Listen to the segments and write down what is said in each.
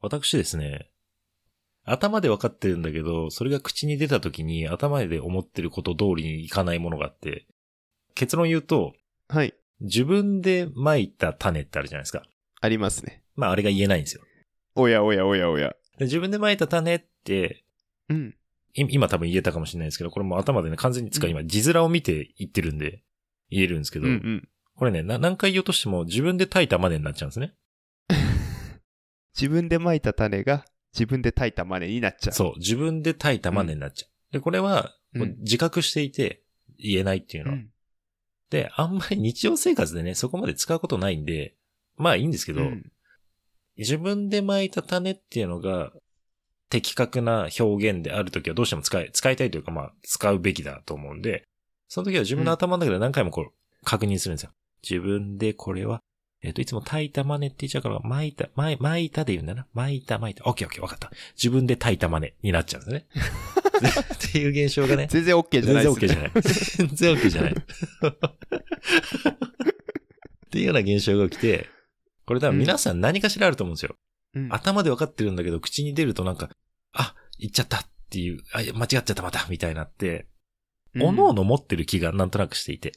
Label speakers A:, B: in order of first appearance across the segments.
A: 私ですね、頭で分かってるんだけど、それが口に出た時に頭で思ってること通りにいかないものがあって、結論言うと、
B: はい。
A: 自分で蒔いた種ってあるじゃないですか。
B: ありますね。
A: まああれが言えないんですよ。
B: おやおやおやおや。
A: で自分で蒔いた種って、
B: うん。
A: い今多分言えたかもしれないですけど、これもう頭でね、完全につか、今字面を見て言ってるんで、言えるんですけ
B: うん
A: ど、
B: うん。
A: これね、な何回言おうとしても自分で炊いたまでになっちゃうんですね。
B: 自分で蒔いた種が自分で炊いた真似になっちゃう。
A: そう、自分で炊いたまでになっちゃう。で、これは、
B: うん
A: こう自覚していて、言えないっていうの
B: う
A: は、
B: ん。
A: で、あんまり日常生活でね、そこまで使うことないんで、まあいいんですけど、
B: うん
A: 自分で蒔いた種っていうのが、的確な表現であるときはどうしても使い、使いたいというか、まあ、使うべきだと思うんで、その時は自分の頭の中で何回もこう、確認するんですよ。自分でこれは、えっ、と、いつも炊いた真似って言っちゃうから、巻いた、巻い巻いたで言うんだな。巻いた巻いた。オッケーオッケー、わかった。自分で炊いた真似になっちゃうん ですね。っていう現象がね。
B: 全然 OK じゃないです
A: 全
B: ね。
A: 然 OK じゃない。全然 OK じゃない。っていうような現象が起きて、これ多分皆さん何かしらあると思うんですよ。
B: うん
A: 頭で分かってるんだけど、口に出るとなんか、あ、言っちゃったっていう、あ、間違っちゃったまた、みたいになって、
B: うん
A: おのおの持ってる気がなんとなくしていて。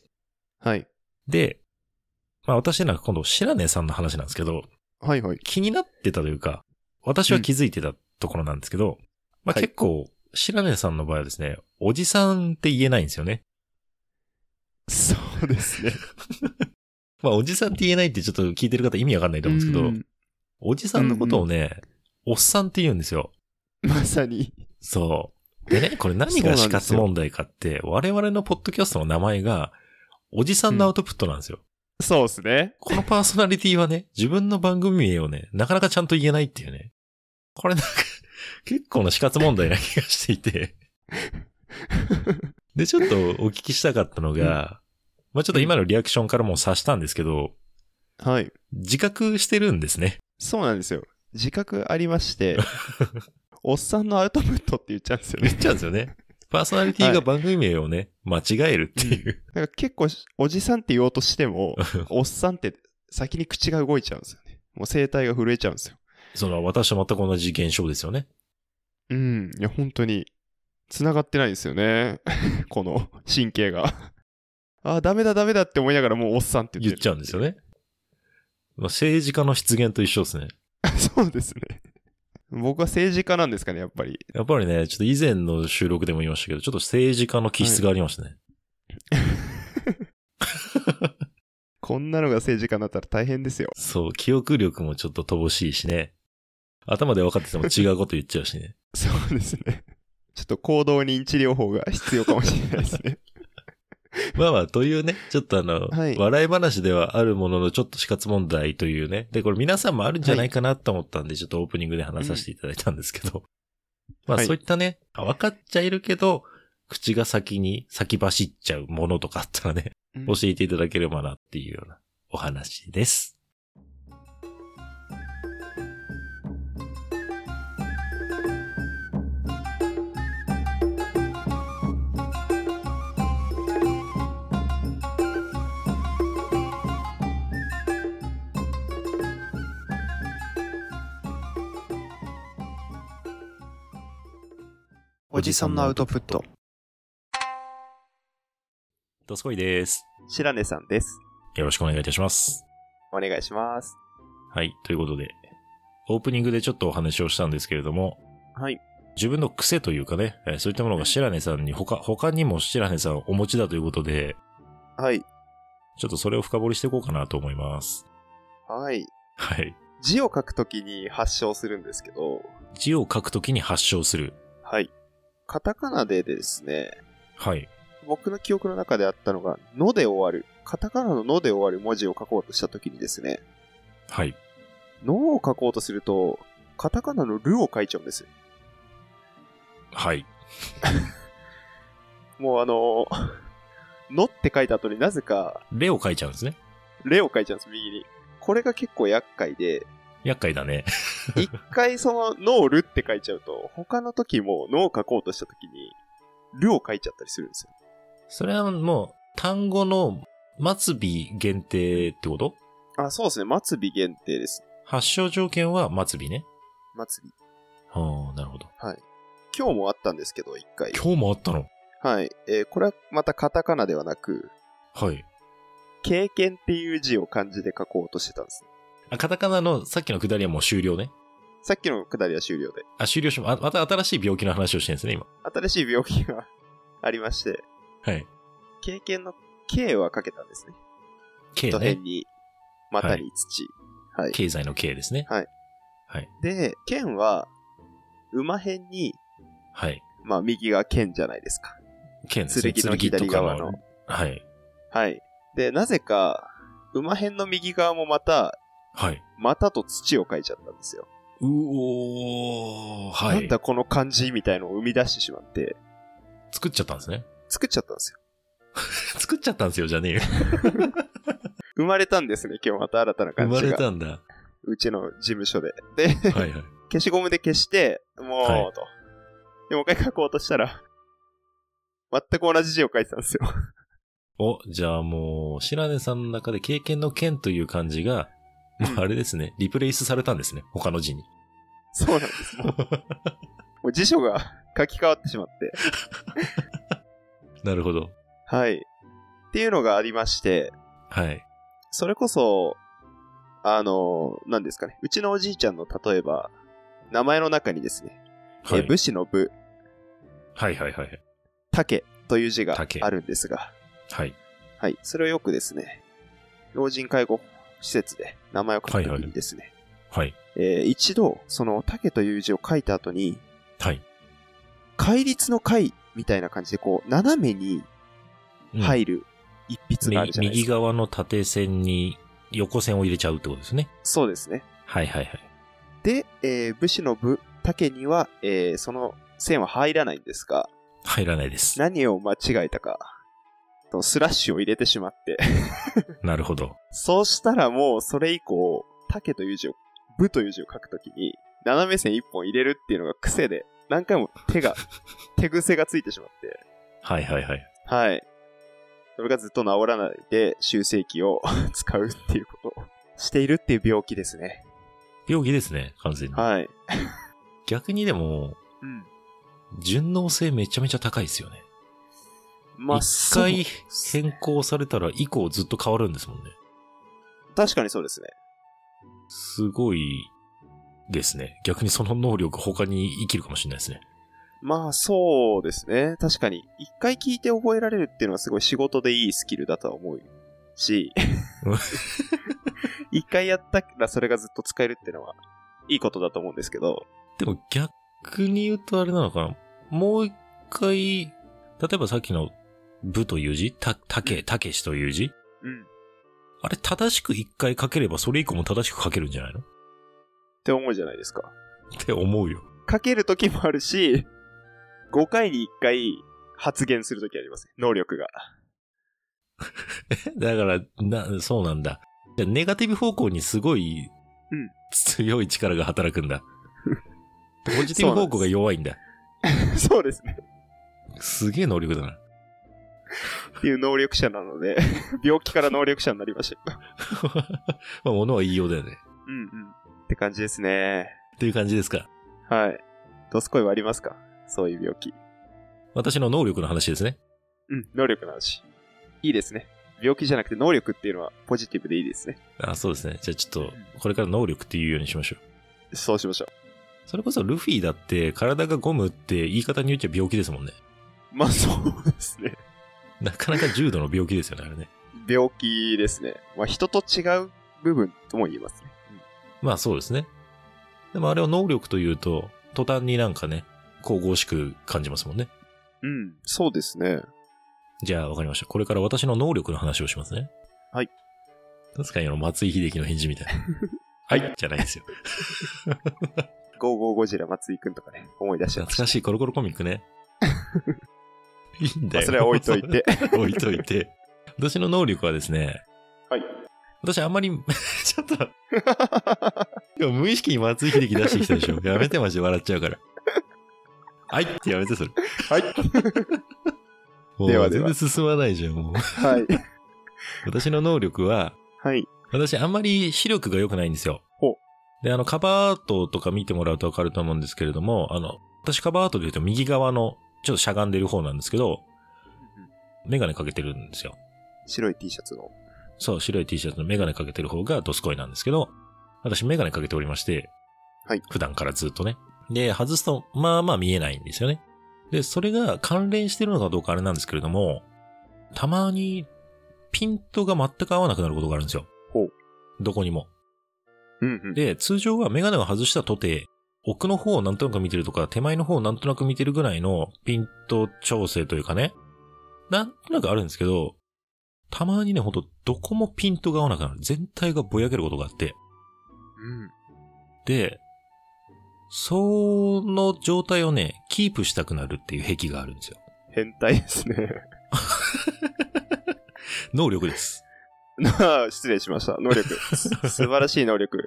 B: はい。
A: で、まあ私なんか今度、白根さんの話なんですけど、
B: はいはい。
A: 気になってたというか、私は気づいてたところなんですけど、まあ
B: はい
A: 結構、白根さんの場合はですね、おじさんって言えないんですよね。
B: そうですね。
A: まあ、おじさんって言えないってちょっと聞いてる方意味わかんないと思 うんですけど、
B: うん
A: おじさんのことをね、おっさんって言うんですよ。
B: まさに。
A: そう。でね、これ何が死活問題かって、我々のポッドキャストの名前が、おじさんのアウトプットなんですよ。
B: そうですね。
A: このパーソナリティはね、自分の番組名をね、なかなかちゃんと言えないっていうね。これなんか、結構な死活問題な気がしてい て。で、ちょっとお聞きしたかったのが、まあちょっと今のリアクションからも察したんですけど、
B: はい。
A: 自覚してるんですね。
B: そうなんですよ。自覚ありま して、おっさんのアウトプットって言っちゃうんですよ
A: 言っ
B: ね。
A: ちゃうんですよね。パーソナリティが番組名をね、間違えるっていう。
B: なんか結構、おじさんって言おうとし ても、おっさんって先に口が動いちゃうんですよね。もう声帯が震えちゃうんですよ。
A: その、私と全く同じ現象ですよね。
B: うん。いや、本当に、繋がってないんですよね。 この神経が。ああ、ダメだダメだって思いながらもうおっさんって言
A: 言っ
B: っ
A: て
B: る
A: ちゃうんですよね。まあ、政治家の失言と一緒ですね。
B: そうですね。僕は政治家なんですかね、やっぱり。
A: やっぱりね、ちょっと以前の収録でも言いましたけど、ちょっと政治家の気質がありましたね。
B: こんなのが政治家になったら大変ですよ。
A: そう、記憶力もちょっと乏しいしね。頭で分かってても違うこと言っちゃうしね。
B: そうですね。ちょっと行動認知療法が必要かもしれないです ね。
A: まあまあ、というね、ちょっとあの、
B: はい
A: 笑い話ではあるもののちょっと死活問題というね。で、これ皆さんもあるんじゃないかなと思ったんで、ちょっとオープニングで話させていただいたんですけ ど。まあ
B: はい
A: そういったね、あ分かっちゃいるけど、口が先に先走っちゃうものとかあったらね、
B: うん
A: 教えていただければなっていうようなお話です。
B: おじさんのアウトプット。
A: どすこいです。
B: 白根さんです。
A: よろしくお願いいたします。
B: お願いします。
A: はい、ということで、オープニングでちょっとお話をしたんですけれども、
B: はい。
A: 自分の癖というかね、えーそういったものが白根さんに他、他にも白根さんをお持ちだということで、
B: はい。
A: ちょっとそれを深掘りしていこうかなと思います。
B: はい。
A: はい。
B: 字を書くときに発症するんですけど、
A: 字を書くときに発症する。
B: はい。カタカナでですね、
A: はい。
B: 僕の記憶の中であったのが、ので終わる、カタカナのので終わる文字を書こうとしたときにですね、
A: はい。
B: のを書こうとすると、カタカナのるを書いちゃうんですよ。
A: はい。
B: もうあの、 のって書いた後になぜか、
A: 例を書いちゃうんですね。
B: れを書いちゃうんです、右に。これが結構厄介で、
A: 厄介だね。
B: 一回その、のをるって書いちゃうと、他の時ものを書こうとしたときに、るを書いちゃったりするんですよ。
A: それはもう、単語の末尾限定ってこと
B: あ、そうですね、末尾限定です。
A: 発症条件は末尾ね。
B: 祭り。
A: ああ、なるほど。
B: はい。今日もあったんですけど、一回。
A: 今日もあったの
B: はい。えーこれはまたカタカナではなく、
A: はい。
B: 経験っていう字を漢字で書こうとしてたんです。
A: あ、カタカナのさっきのくだりはもう終了ね。
B: さっきのくだりは終了で。
A: あ、終了しま、あまた新しい病気の話をしてるんですね、今。
B: 新しい病気がありまして、
A: はい。
B: 経験の K はかけたんですね。
A: K
B: と辺
A: ね。
B: に、またに土。はい。
A: 経済の K ですね。
B: はい。
A: はい。
B: で、剣は、馬辺に、
A: はい。
B: まあ右が剣じゃないですか。
A: K ですね。
B: 剣の左側の。
A: はい。
B: はい。で、なぜか、馬辺の右側もまた、
A: はい。
B: またと土を書いちゃったんですよ。
A: うおー、は
B: なん
A: い。
B: だこの漢字みたいのを生み出してしまって、
A: 作っちゃったんですね。
B: 作っちゃったんですよ。
A: 作っちゃったんですよ、じゃねえよ。
B: 生まれたんですね、今日また新たな
A: 生
B: 漢
A: ま
B: 字
A: れ
B: が。
A: たんだ。
B: うちの事務所で。で、
A: はいはい。
B: 消しゴムで消して、もう、
A: はい
B: と。で、もう一回書こうとしたら、全く同じ字を書いてたんですよ。
A: お、じゃあもう、白根さんの中で経験の剣という漢字が、もうあれですね、リプレイスされたんですね、他の字 に。
B: そうなんです。もうもう辞書が書き換わってしまって。
A: なるほど。
B: はい。っていうのがありまして、
A: はい。
B: それこそ、あの、何ですかね。うちのおじいちゃんの例えば、名前の中にですね、
A: は
B: え
A: い。
B: 武士の武、
A: はいはいはい。
B: 竹という字が
A: 竹
B: あるんですが、
A: はい。
B: はい。それをよくですね、老人介護施設で名前を書くときにですね、
A: はい。
B: えー一度、その竹という字を書いた後に、
A: はい。
B: 戒律の戒みたいな感じで、こう、斜めに
A: うん
B: 入る一筆があるじゃ
A: 右
B: ないです
A: 右
B: か。
A: 側の縦線に横線を入れちゃうってことですね。
B: そうですね。
A: はいはいはい。
B: で、えー武士の武、竹には、えーその線は入らないんですが、
A: 入らないです。
B: 何を間違えたか、そのスラッシュを入れてしまって、
A: なるほど。
B: そうしたらもう、それ以降、竹という字を、武という字を書くときに、斜め線一本入れるっていうのが癖で、何回も手が、手癖がついてしまって、
A: はいはいはい。
B: はい。それがずっと治らないで、修正器を 使うっていうことをしているっていう病気ですね。
A: 病気ですね、完全に。
B: はい。
A: 逆にでも、
B: うん。
A: 順応性めちゃめちゃ高いですよね。
B: まあ、
A: 一回
B: そう
A: 変更されたら以降ずっと変わるんですもんね。
B: 確かにそうですね。
A: すごいですね。逆にその能力他に生きるかもしれないですね。
B: まあ、そうですね。確かに。一回聞いて覚えられるっていうのはすごい仕事でいいスキルだとは思う し
A: うん、
B: 一回やったらそれがずっと使えるっていうのは、いいことだと思うんですけど、
A: でも逆に言うとあれなのかな。もう一回、例えばさっきの部という字、た、たけ、たけしという字
B: うん。っ
A: あれ正しく一回書ければそれ以降も正しく書けるんじゃないのって
B: 思うじゃないですか。
A: て思うよ。
B: かける時もあるし、5回に1回発言する時ありますね。能力が。
A: だから、な、そうなんだ。じゃあネガティブ方向にすごい、
B: うん
A: 強い力が働くん だ。ポジティブ方向が弱いんだ。
B: そうですね。
A: すげえ能力だな。
B: っていう能力者なの で、病気から能力者になりました。
A: まあ、ものは言いようだよね。
B: うんうん。って感じですね。
A: っていう感じですか。
B: はい。ドスコイはありますかそういう病気。
A: 私の能力の話ですね。
B: うん、能力の話。いいですね。病気じゃなくて能力っていうのはポジティブでいいですね。
A: あ、そうですね。じゃあちょっと、これから能力っていうようにしましょう。
B: そうしましょう。
A: それこそルフィだって、体がゴムって言い方によっちゃ病気ですもんね。
B: まあそうですね。
A: なかなか重度の病気ですよね、あれね。
B: 病気ですね。まあ人と違う部分とも言えますね。
A: まあそうですね。でもあれを能力というと、途端になんかね、神々しく感じますもんね。
B: うん、うん、そうですね。
A: じゃあわかりました。これから私の能力の話をしますね。
B: はい。
A: 確かにあの松井秀喜の返事みたい な。はい。じゃないですよ。
B: 55ゴジラ松井くんとかね、思い出しちゃいま
A: 懐
B: した
A: か。しいコロコロコミック ね。いいんだ
B: まあ
A: よ。
B: それは置いとい て。
A: 置いといて。私の能力はですね、
B: はい。
A: 私あんまり、 ちょっと、今日無意識に松井秀喜出してきたでし ょ。やめてマジで笑っちゃうから。はいってやめてそれ。
B: はい。
A: も
B: では
A: う
B: で
A: 全
B: は
A: 然進まないじゃん、もう。
B: はい。
A: 私の能力は、
B: はい。
A: 私あんまり視力が良くないんですよ。
B: ほう
A: で、あの、カバーアートとか見てもらうとわかると思うんですけれども、あの、私カバーアートで言うと右側の、ちょっとしゃがんでる方なんですけど、メガネかけてるんですよ。
B: 白い T シャツの。
A: そう、白い T シャツのメガネかけてる方がドスコイなんですけど、私メガネかけておりまして、
B: はい
A: 普段からずっとね。で、外すと、まあまあ見えないんですよね。で、それが関連してるのかどうかあれなんですけれども、たまに、ピントが全く合わなくなることがあるんですよ。
B: ほう
A: どこにも。
B: うんうん。
A: で、通常はメガネを外したとて、奥の方をなんとなく見てるとか、手前の方をなんとなく見てるぐらいのピント調整というかね、なんとなくあるんですけど、たまにね、ほんと、どこもピントが合わなくなる。全体がぼやけることがあって。
B: うん。
A: で、その状態をね、キープしたくなるっていう癖があるんですよ。
B: 変態ですね。
A: 能力です。
B: なあ失礼しました。能力。す 素晴らしい能力。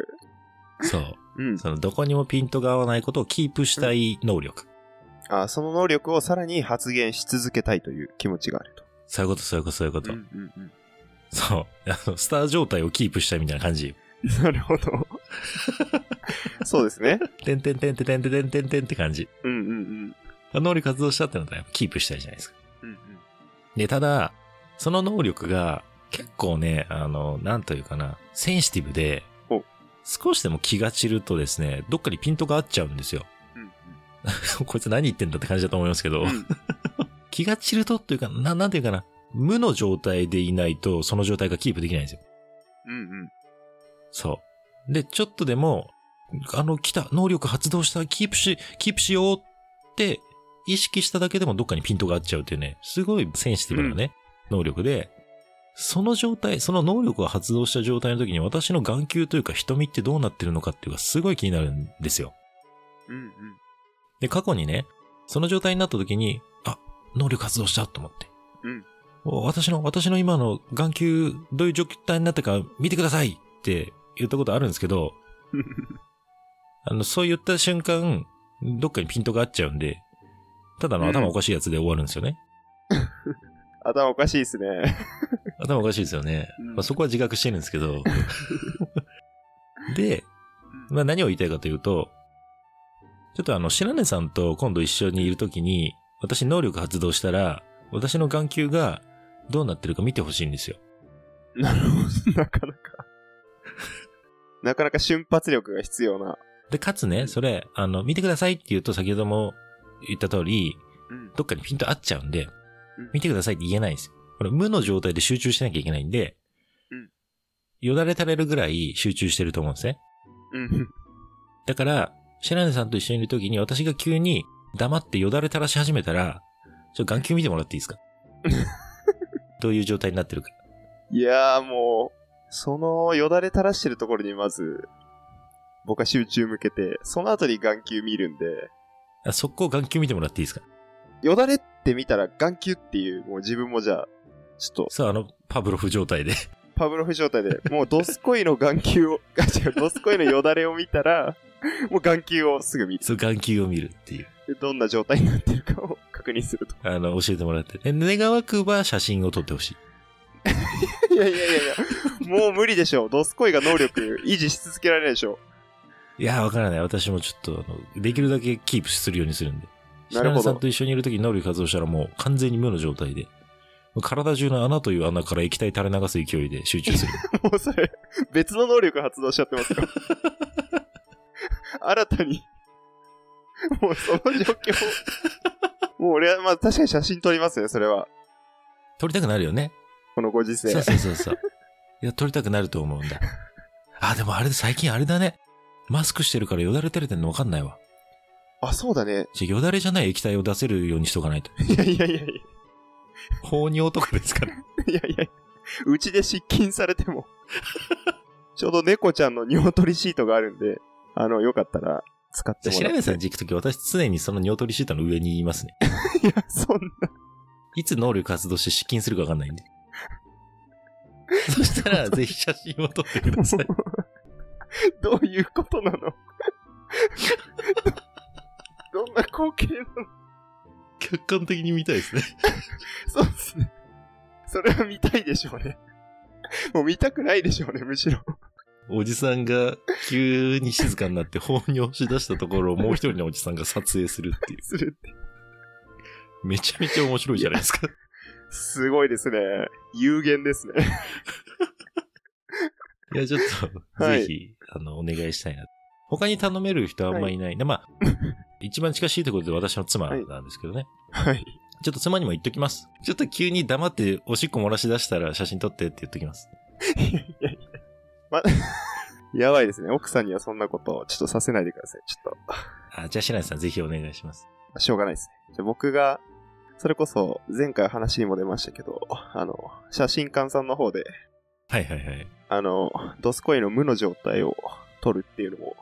A: そう。
B: うん。
A: その、どこにもピントが合わないことをキープしたい能力。
B: あその能力をさらに発言し続けたいという気持ちがあると。
A: そういうこと、そういうこと、そういうこと。
B: んうん
A: そう。あの、スター状態をキープしたいみたいな感じ。
B: うん。 なるほど。そうですね。
A: てんてんてんてんてんてんてんてんって感じ。
B: うんうんうん。
A: 能力活動したってなったらやっぱキープしたいじゃないですか。
B: うんうん、
A: で、ただ、その能力が結構ね、あの、なんというかな、センシティブで
B: お、
A: 少しでも気が散るとですね、どっかにピントが合っちゃうんですよ。
B: うん
A: こいつ何言ってんだって感じだと思いますけど、
B: うんうん
A: 気が散るとっていうか、な、なんていうかな、無の状態でいないと、その状態がキープできないんですよ。
B: うんうん
A: そう。で、ちょっとでも、あの、来た、能力発動した、キープし、キープしようって、意識しただけでもどっかにピントが合っちゃうっていうね、すごいセンシティブなね、能力で、その状態、その能力を発動した状態の時に私の眼球というか瞳ってどうなってるのかっていうかすごい気になるんですよ。
B: うん
A: で、過去にね、その状態になった時に、あ、能力発動したと思って。
B: うん
A: お私の、私の今の眼球、どういう状態になったか見てくださいって言ったことあるんですけど、
B: うん。
A: あの、そう言った瞬間、どっかにピントが合っちゃうんで、ただの
B: うん
A: 頭おかしいやつで終わるんですよ ね。
B: 頭おかしいですね。
A: 頭おかしいですよね。
B: うん
A: まあ、そこは自覚してるんですけ ど。で、まあ、何を言いたいかというと、ちょっとあの、白根さんと今度一緒にいるときに、私能力発動したら、私の眼球がどうなってるか見てほしいんですよ。
B: なるほど。なかなか。 なかなか瞬発力が必要な。
A: で、かつね、それ、あの、見てくださいって言うと先ほども言った通り、
B: うん。
A: どっかにピント合っちゃうんで
B: うん、
A: 見てくださいって言えないんですよ。これ無の状態で集中しなきゃいけないんで
B: うん、
A: よだれ垂れるぐらい集中してると思うんですね。
B: うん。
A: だから、白根さんと一緒にいるときに私が急に黙ってよだれ垂らし始めたら、ちょっと眼球見てもらっていいです かどういう状態になってるか。
B: いやーもう、そのよだれ垂らしてるところにまず、僕は集中向けて、その後に眼球見るんで、
A: あ速攻眼球見てもらっていいですか
B: よだれって見たら眼球っていう、もう自分もじゃあ、ちょっと、
A: さあ、あの、パブロフ状態で。
B: パブロフ状態で、もうドスコイの眼球を、 あ違う、ドスコイのよだれを見たら、もう眼球をすぐ見る。
A: そう、眼球を見るっていう。
B: でどんな状態になってるかを確認すると。
A: あの、教えてもらって。で願わくば写真を撮ってほしい。
B: いやいやいやいや、もう無理でしょう。ドスコイが能力維持し続けられないでしょ
A: いやー、わからない。私もちょっと、あの、できるだけキープするようにするんで。
B: な
A: 白
B: るほど
A: 根さんと一緒にいるときに能力活動したらもう完全に無の状態で。体中の穴という穴から液体垂れ流す勢いで集中 する。
B: う。もうそれ、別の能力発動しちゃってますよ。新たに、もうその状況を。もう俺は、まあ確かに写真撮りますね、それは。
A: 撮りたくなるよね。
B: このご時世
A: そう。そうそうそう。いや、撮りたくなると思うんだ。あ、でもあれ最近あれだね。マスクしてるからよだれ垂れてんのわかんないわ。
B: あ、そうだね。
A: じゃあ、よだれじゃない液体を出せるようにしとか ないと。
B: いやいやいやいや。
A: 放尿とかですから。
B: いやいや、うちで失禁されても。ちょうど猫ちゃんの尿取りシートがあるんで、あの、よかったら使ってもらって。
A: 白根さん行くとき、私常にその尿取りシートの上にいますね。
B: いや、そん
A: いつ能力活動して失禁するかわかんないんで。 そしたら、ぜひ写真を撮ってくだ さい。
B: な。 どういうことなの どんな光景なの
A: 客観的に見たいですね。
B: そうですね。それは見たいでしょうね。もう見たくないでしょうね、むしろ。
A: おじさんが急に静かになって放尿しだしたところをもう一人のおじさんが撮影するっていう。
B: するって。
A: めちゃめちゃ面白いじゃないですか。
B: すごいですね。有限ですね。
A: いや、ちょっと、
B: はい
A: ぜひ、あの、お願いしたいな。他に頼める人はあんまいない。で、まあ、一番近しいところで私の妻なんですけどね。
B: はい。
A: ちょっと妻にも言っときます。ちょっと急に黙っておしっこ漏らし出したら写真撮ってって言っときます。
B: やばいですね。奥さんにはそんなことをちょっとさせないでください。ちょっ
A: あ、じゃあ、白井さんぜひお願いします。
B: と、しょうがないですね。じゃあ僕が、それこそ前回話にも出ましたけど、あの、写真館さんの方で、
A: はいはいはい。
B: あの、ドスコイの無の状態を撮るっていうのも、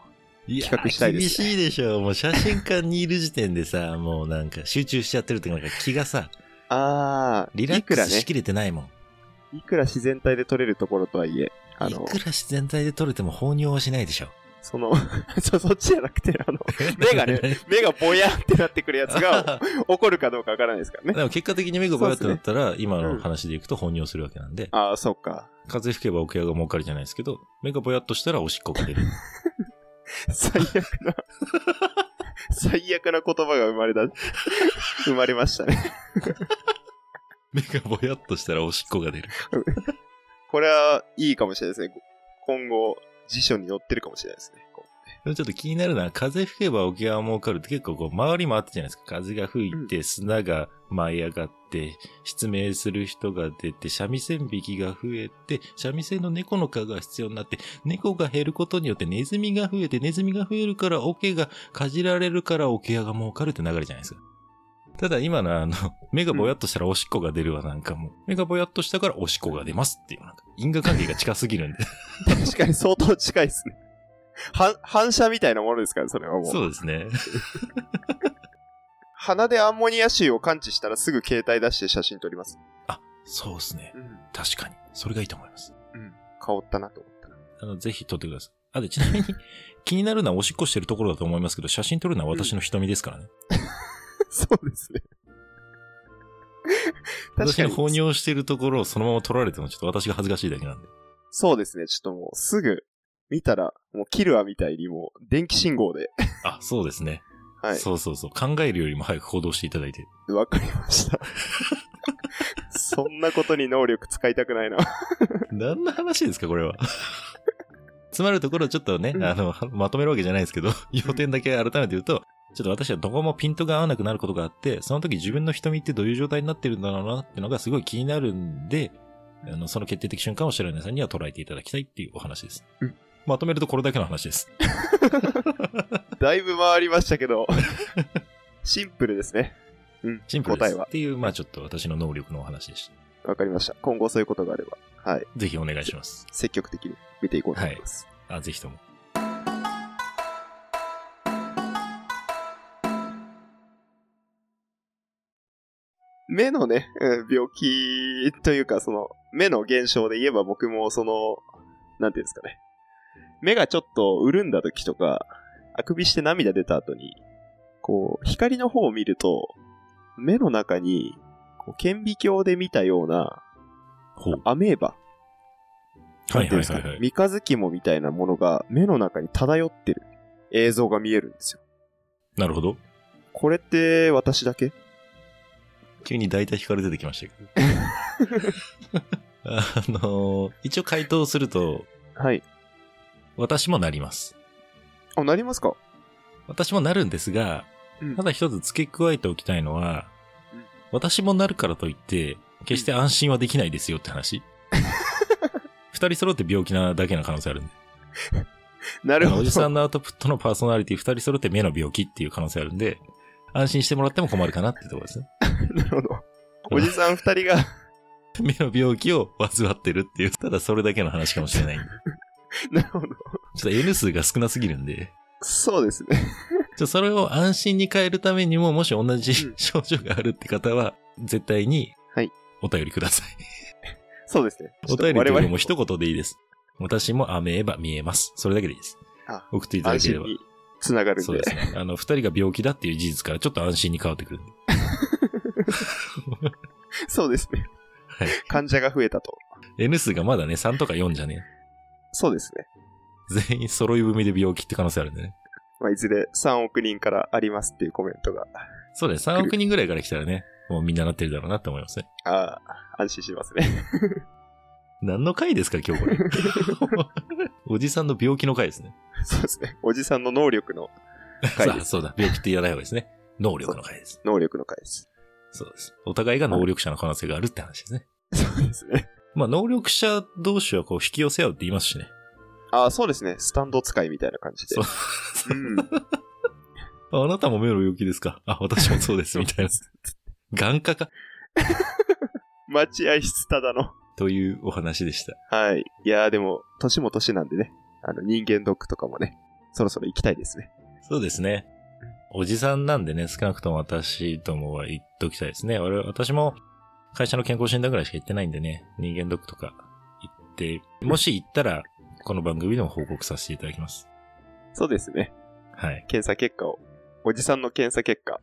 A: いやー
B: 企画したいですね
A: 厳しいでしょ。もう写真館にいる時点でさ、もうなんか集中しちゃってるというか、なんか気がさ、
B: あー、
A: リラッ
B: い
A: ク
B: くら
A: スし
B: ね、
A: きれてないもん。
B: いくら自然体で撮れるところとはいえ、あ
A: い
B: の、
A: くら自然体で撮れても放尿はしないでしょ。
B: その、 そそっちじゃなくて、 あの、目がね目がぼやってなってくるやつが怒るかどうかわからないですから ね。
A: でも結果的に目がバーってなったら、今
B: う
A: の
B: ん
A: 話でいくと放尿するわけなんで、
B: ああ、そうか。
A: 風吹けば奥屋が儲かるじゃないですけど、目がぼやっとしたらおしっこが出 る。
B: 最悪 な、最悪な言葉が生まれた、生まれましたね。
A: 目がぼやっとしたらおしっこが出る。
B: これはいいかもしれないですね。今後、辞書に載ってるかもしれないですね。こう
A: でもちょっと気になるのは、風吹けば沖縄儲かるって結構こう、周りもあったじゃないですか。風が吹いて、砂が舞い上がって、失明する人が出て、三味線引きが増えて、三味線の猫の蚊が必要になって、猫が減ることによってネズミが増えて、ネズミが増えるから桶がかじられるから桶屋が儲かるって流れじゃないですか。ただ今のあの、 目がぼやっとしたらおしっこが出るわなんかもう、目がぼやっとしたからおしっこが出ますっていう、なんか因果関係が近すぎるんで。
B: 確かに相当近いですね。反反射みたいなものですから、それはもう。
A: そうですね。
B: 鼻でアンモニア臭を感知したらすぐ携帯出して写真撮ります。
A: そうですね。
B: うん。
A: 確かに。それがいいと思います。
B: うん。香ったなと思ったな。
A: あの、ぜひ撮ってください。あ、で、ちなみに、気になるのはおしっこしてるところだと思いますけど、写真撮るのは私の瞳ですからね。
B: そうですね。確
A: 私
B: か
A: の
B: に。
A: 放尿してるところをそのまま撮られても、ちょっと私が恥ずかしいだけなんで。
B: そうですね。ちょっともうすぐ見たら、もうキルアみたいにもう電気信号で。
A: あ、そうですね。
B: はい。
A: そうそうそう。考えるよりも早く行動していただいて。
B: わかりました。 そんなことに能力使いたくないな。
A: 何の話ですか、これは。 つまるところ、ちょっとね、
B: うん
A: あの、まとめるわけじゃないです けど、要点だけ改めて言うと、ちょっと私はどこもピントが合わなくなることがあって、その時自分の瞳ってどういう状態になってるんだろうなってのがすごい気になるんで、あの、その決定的瞬間を白根さんには捉えていただきたいっていうお話です。
B: うん
A: まとめるとこれだけの話です。
B: だいぶ回りましたけ ど。シンプルですね。うん。
A: シンプルです。
B: 答えは
A: っていう、まあちょっと私の能力のお話でした。
B: わかりました。今後そういうことがあれば、はい。
A: ぜひお願いします。
B: 積極的に見ていこうと思います。
A: あ、ぜひとも。
B: 目のね、うん病気というか、その、目の現象で言えば僕も、その、なんていうんですかね。目がちょっと潤んだ時とか、あくびして涙出た後に、こう、光の方を見ると、目の中に、こう顕微鏡で見たような、
A: ほう。
B: アメーバ、
A: は
B: ないんて
A: はい
B: いうんです
A: は
B: か
A: い、は
B: ね
A: い。
B: 三日月もみたいなものが、目の中に漂ってる映像が見えるんですよ。
A: なるほど。
B: これって、私だけ
A: 急に大体光出てきましたけど。 あのー一応回答すると、
B: はい。
A: 私もなります。
B: あ、なりますか
A: 私もなるんですが、
B: うん
A: ただ一つ付け加えておきたいのは
B: うん、
A: 私もなるからといって、決して安心はできないですよって 話。二人揃って病気なだけの可能性あるんで。
B: なるほ
A: おじさ
B: ど。
A: んのアウトプットのパーソナリティ二人揃って目の病気っていう可能性あるんで、安心してもらっても困るかなってところですね。
B: なるほど。 おじさん二人 が、
A: 目の病気を患ってるっていう、ただそれだけの話かもしれないんで。
B: なるほど。
A: ちょっと N 数が少なすぎるんで、
B: そうですね。
A: じゃあそれを安心に変えるためにも、もし同じ
B: うん
A: 症状があるって方は、絶対に
B: はい、
A: お便りください。
B: そうですね。
A: お便りというよりも
B: ち
A: 一
B: ょっ
A: 言でいいです。私も雨えば見えます。それだけでいいです
B: あ。
A: 送ってい
B: と
A: ただ
B: 安
A: けれ
B: 心
A: ば。
B: につながるん
A: そう
B: で
A: で。すね。あの、二人が病気だっていう事実からちょっと安心に変わってくるんで。
B: そうですね。
A: はい。
B: 患者が増えたと。
A: N 数がまだね、3とか4じゃね。
B: そうですね。
A: 全員揃い踏みで病気って可能性あるんでね。
B: まあ、いずれ3億人からありますっていうコメントが。
A: そうです。3億人ぐらいから来たらね、もうみんななってるだろうなって思いますね。
B: ああ、安心しますね。
A: 何の回ですか、今日これ。おじさんの病気の回ですね。
B: そうですね。おじさんの能力の回
A: さ
B: で
A: あ
B: す。
A: そうだ。病気って言わない方がいいですね。 能力の回です。
B: 能力の回です。
A: そうです。お互いが能力者の可能性があるって話ですね。
B: そうですね。
A: まあ、能力者同士はこう、引き寄せ合うって言いますしね。
B: ああ、そうですね。スタンド使いみたいな感じで。
A: そう
B: うん。
A: あなたも目の病気ですかあ、私もそう です、みたいな。眼科か
B: 待合室ただの。
A: というお話でした。
B: はい。いやーでも、年も年なんでね。あの、人間ドックとかもね、そろそろ行きたいですね。
A: そうですね。おじさんなんでね、少なくとも私どもは言っときたいですね。俺、私も会社の健康診断ぐらいしか行ってないんでね、人間ドックとか行って、もし行ったら、この番組でも報告させていただきます。
B: そうですね。
A: はい。
B: 検査結果を。おじさんの検査結果。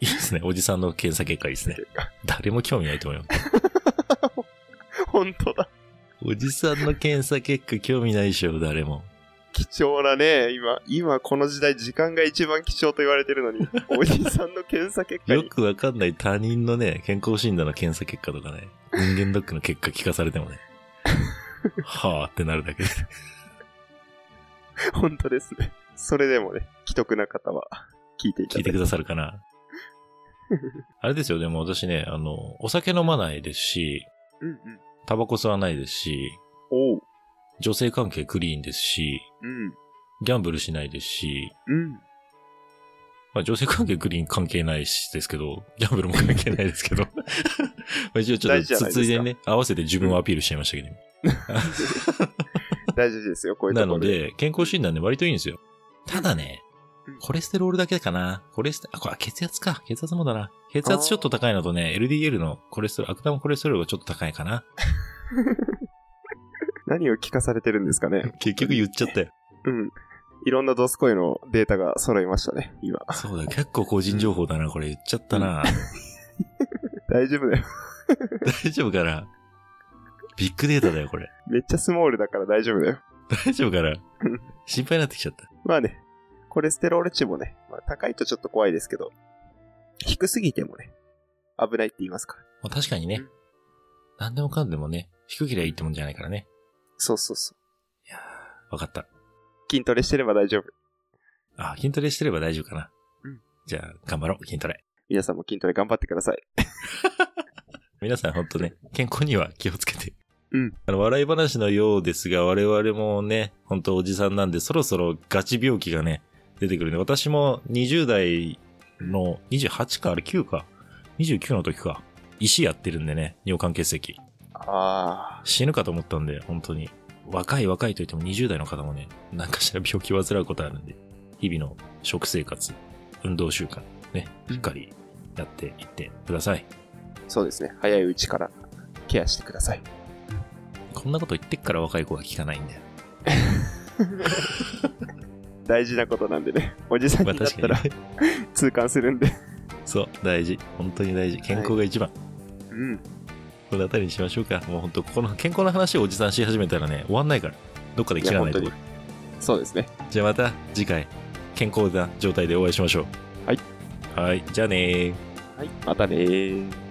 A: いいですね。おじさんの検査結果いいですね。誰も興味ないと思います。
B: 本当だ。
A: おじさんの検査結果興味ないでしょ、誰も。
B: 貴重なね、今、今この時代時間が一番貴重と言われてるのに、おじさんの検査結果
A: よ
B: に、
A: くわかんない他人のね、健康診断の検査結果とかね、人間ドックの結果聞かされてもね、はぁってなるだけで。
B: 本当ですね。それでもね、既得な方は聞いていた
A: 聞
B: だ
A: い
B: いて
A: てくださるかな。あれですよ、でも私ね、あの、お酒飲まないですし、
B: うんうん。
A: タバコ吸わないですし、
B: おう。
A: 女性関係クリーンですし、
B: うん。
A: ギャンブルしないですし、
B: うん。
A: まあ女性関係クリーン関係ないしですけど、ギャンブルも関係ないですけど、 まあ一応ちょっと
B: 大事じゃない
A: つ
B: ですか
A: ついでにね、合わせて自分をアピールしちゃいましたけど、
B: 大丈夫ですよ、こういうと
A: な
B: ころ
A: ので、健康診断で割といいんですよ。ただね
B: うん、
A: コレステロールだけかな。コレステ、あ、これ血圧か。血圧もだな。血圧ちょっと高いのとね、LDL のコレステロール、悪玉コレステロールがちょっと高いかな。
B: 何を聞かされてるんですかね。
A: 結局言っちゃったよ。
B: うん。いろんなドスコイのデータが揃いましたね、今。
A: そうだ、結構個人情報だな。これ言っちゃったな。
B: 大丈夫だよ。
A: 大丈夫かなビッグデータだよ、これ。
B: めっちゃスモールだから大丈夫だよ。
A: 大丈夫かな心配になってきちゃった。
B: まあね、コレステロール値もね、まあ、高いとちょっと怖いですけど、低すぎてもね、危ないって言いますから。
A: まあ、確かに
B: う
A: ね
B: ん。
A: 何でもかんでもね、低ければいいってもんじゃないからね。
B: そうそうそう。
A: いやー、わかった。
B: 筋トレしてれば大丈夫。
A: あ、筋トレしてれば大丈夫かな。
B: うん
A: じゃあ、頑張ろう、筋トレ。
B: 皆さんも筋トレ頑張ってください。
A: 皆さん本当 ね、健康には気をつけて。
B: うん。
A: あの、笑い話のようですが、我々もね、本当おじさんなんで、そろそろガチ病気がね、出てくるんで、私も20代の、28か、あれ9か、29の時か、石やってるんでね、尿管結石。
B: ああ、
A: 死ぬかと思ったんで、本当に。若い若いと言っても20代の方もね、何かしら病気を患うことあるんで、日々の食生活、運動習慣、ね、しっかりやっていってください。
B: そうですね。早いうちからケアしてください。
A: こんなこと言ってっから若い子が聞かないんだよ。
B: 大事なことなんでね。おじさん
A: まあ
B: になっ
A: 確
B: たら
A: かに。
B: 痛感するんで。
A: そう、大事。本当に大事。健康が一番。
B: うん。
A: このあたりにしましょうか。もう本当、この健康の話をおじさんし始めたらね、終わんないから。どっかで切らないと
B: いや。そうですね。
A: じゃあまた次回、健康な状態でお会いしましょう。
B: はい。
A: はい。じゃあねー。
B: はい。またねー。